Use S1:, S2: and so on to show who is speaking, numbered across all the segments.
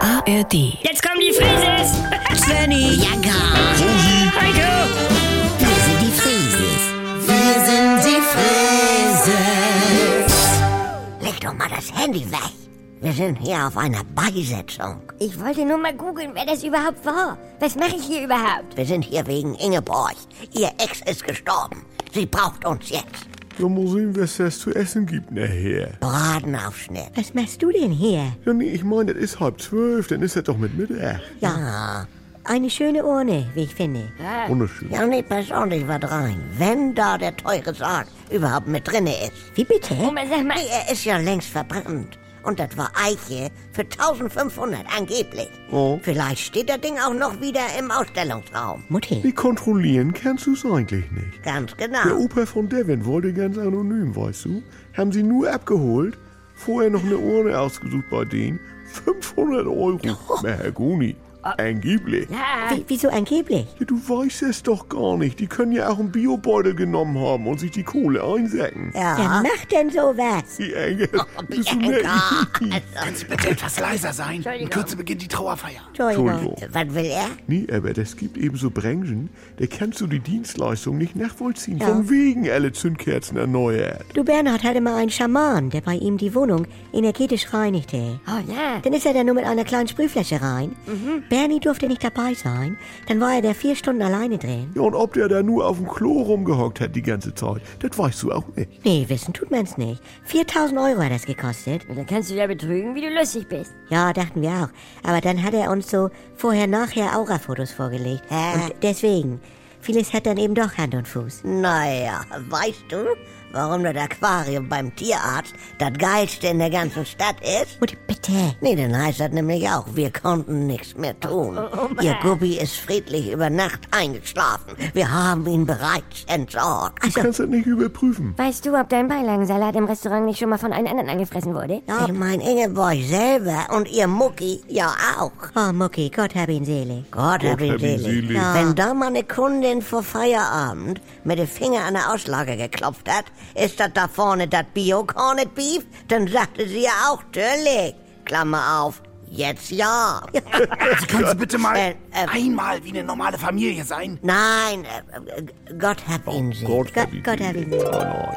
S1: ARD.
S2: Jetzt kommen die Frises!
S3: Svenny.
S4: Ja, gar.
S2: Heiko!
S4: Wir sind die Frieses. Wir sind die Frieses. Leg doch mal das Handy weg. Wir sind hier auf einer Beisetzung.
S5: Ich wollte nur mal googeln, wer das überhaupt war. Was mache ich hier überhaupt?
S4: Wir sind hier wegen Ingeborg. Ihr Ex ist gestorben. Sie braucht uns jetzt.
S6: Da muss ich, was es zu essen gibt nachher.
S4: Bratenaufschnitt.
S3: Was machst du denn hier?
S6: Ja, nee, ich meine, das ist halb zwölf, dann ist das doch mit Mittag.
S4: Ja,
S3: Eine schöne Urne, wie ich finde.
S6: Äh. Wunderschön.
S4: ja, nicht persönlich was rein. Wenn da der teure Sarg überhaupt mit drinne ist.
S3: Wie bitte?
S5: Oma, sag mal,
S4: Nee, er ist ja längst verbrannt. Und das war Eiche für 1500 angeblich.
S6: Oh.
S4: Vielleicht steht das Ding auch noch wieder im Ausstellungsraum.
S3: Mutti. oh.
S6: Wie kontrollieren kannst du es eigentlich nicht.
S4: Ganz
S6: Der
S4: genau.
S6: Opa von Devin wollte ganz anonym, weißt du? Haben sie nur abgeholt, vorher noch eine Urne ausgesucht bei denen. 500 Euro. Mahagoni. Angeblich.
S2: Ah.
S3: Wie, wieso angeblich?
S6: Ja, du weißt es doch gar nicht. Die können ja auch einen Biobeutel genommen haben und sich die Kohle einsacken.
S4: Ja.
S3: Dann mach denn sowas.
S6: Oh, Die Engel. Bist du
S4: Bianca.
S6: naiv?
S7: Kannst du bitte etwas leiser sein? In Kürze beginnt die Trauerfeier.
S3: Entschuldigung.
S6: Entschuldigung.
S4: Was will er?
S6: Nee, aber es gibt eben so Branchen, da kannst du die Dienstleistung nicht nachvollziehen. Von wegen alle Zündkerzen erneuert.
S3: Du Bernhard hatte mal einen Schaman, der bei ihm die Wohnung energetisch reinigte.
S5: oh ja.
S3: Dann ist er da nur mit einer kleinen Sprühflasche rein.
S4: Mhm.
S3: Bernie durfte nicht dabei sein. Dann war er da vier Stunden alleine drin.
S6: Ja, und ob der da nur auf dem Klo rumgehockt hat die ganze Zeit, das weißt du auch nicht.
S3: Nee, wissen tut man's nicht. 4000 Euro hat das gekostet.
S5: Dann kannst du ja betrügen, wie du lustig bist.
S3: Ja, dachten wir auch. Aber dann hat er uns so vorher-nachher Aura-Fotos vorgelegt.
S4: Hä?
S3: Und deswegen. Vieles hat dann eben doch Hand und Fuß.
S4: Naja, weißt du, warum das Aquarium beim Tierarzt das geilste in der ganzen Stadt ist?
S3: Mutti, bitte.
S4: Nee, dann heißt das nämlich auch, wir konnten nichts mehr tun.
S3: Oh,
S4: Ihr Guppi ist friedlich über Nacht eingeschlafen. Wir haben ihn bereits entsorgt.
S6: Du
S3: Also,
S6: kannst das nicht überprüfen.
S5: Weißt du, ob dein Beilagensalat im Restaurant nicht schon mal von einem anderen angefressen wurde?
S4: Ja, ich mein Ingeborg selber und ihr Mucki ja auch.
S3: Oh, Mucki, Gott hab ihn selig.
S4: Gott, hab ihn
S6: hab ihn
S4: selig.
S6: selig. Ja.
S4: Wenn da mal eine Kundin vor Feierabend mit dem Finger an der Auslage geklopft hat, ist das da vorne das Bio-Corned Beef? Dann sagte sie ja auch, natürlich. Klammer auf, jetzt ja.
S7: Sie können Sie bitte mal
S4: Äh, äh.
S7: einmal wie eine normale Familie sein.
S4: Nein, äh, äh, Gott hab ihn selig.
S3: Gott, Gott hab ihn selig.
S6: Oh nein.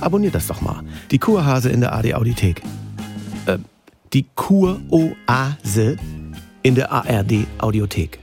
S8: Abonniert das doch mal. Die Kurhase in der AD Audiothek. Äh, die Kuroase in der ARD Audiothek.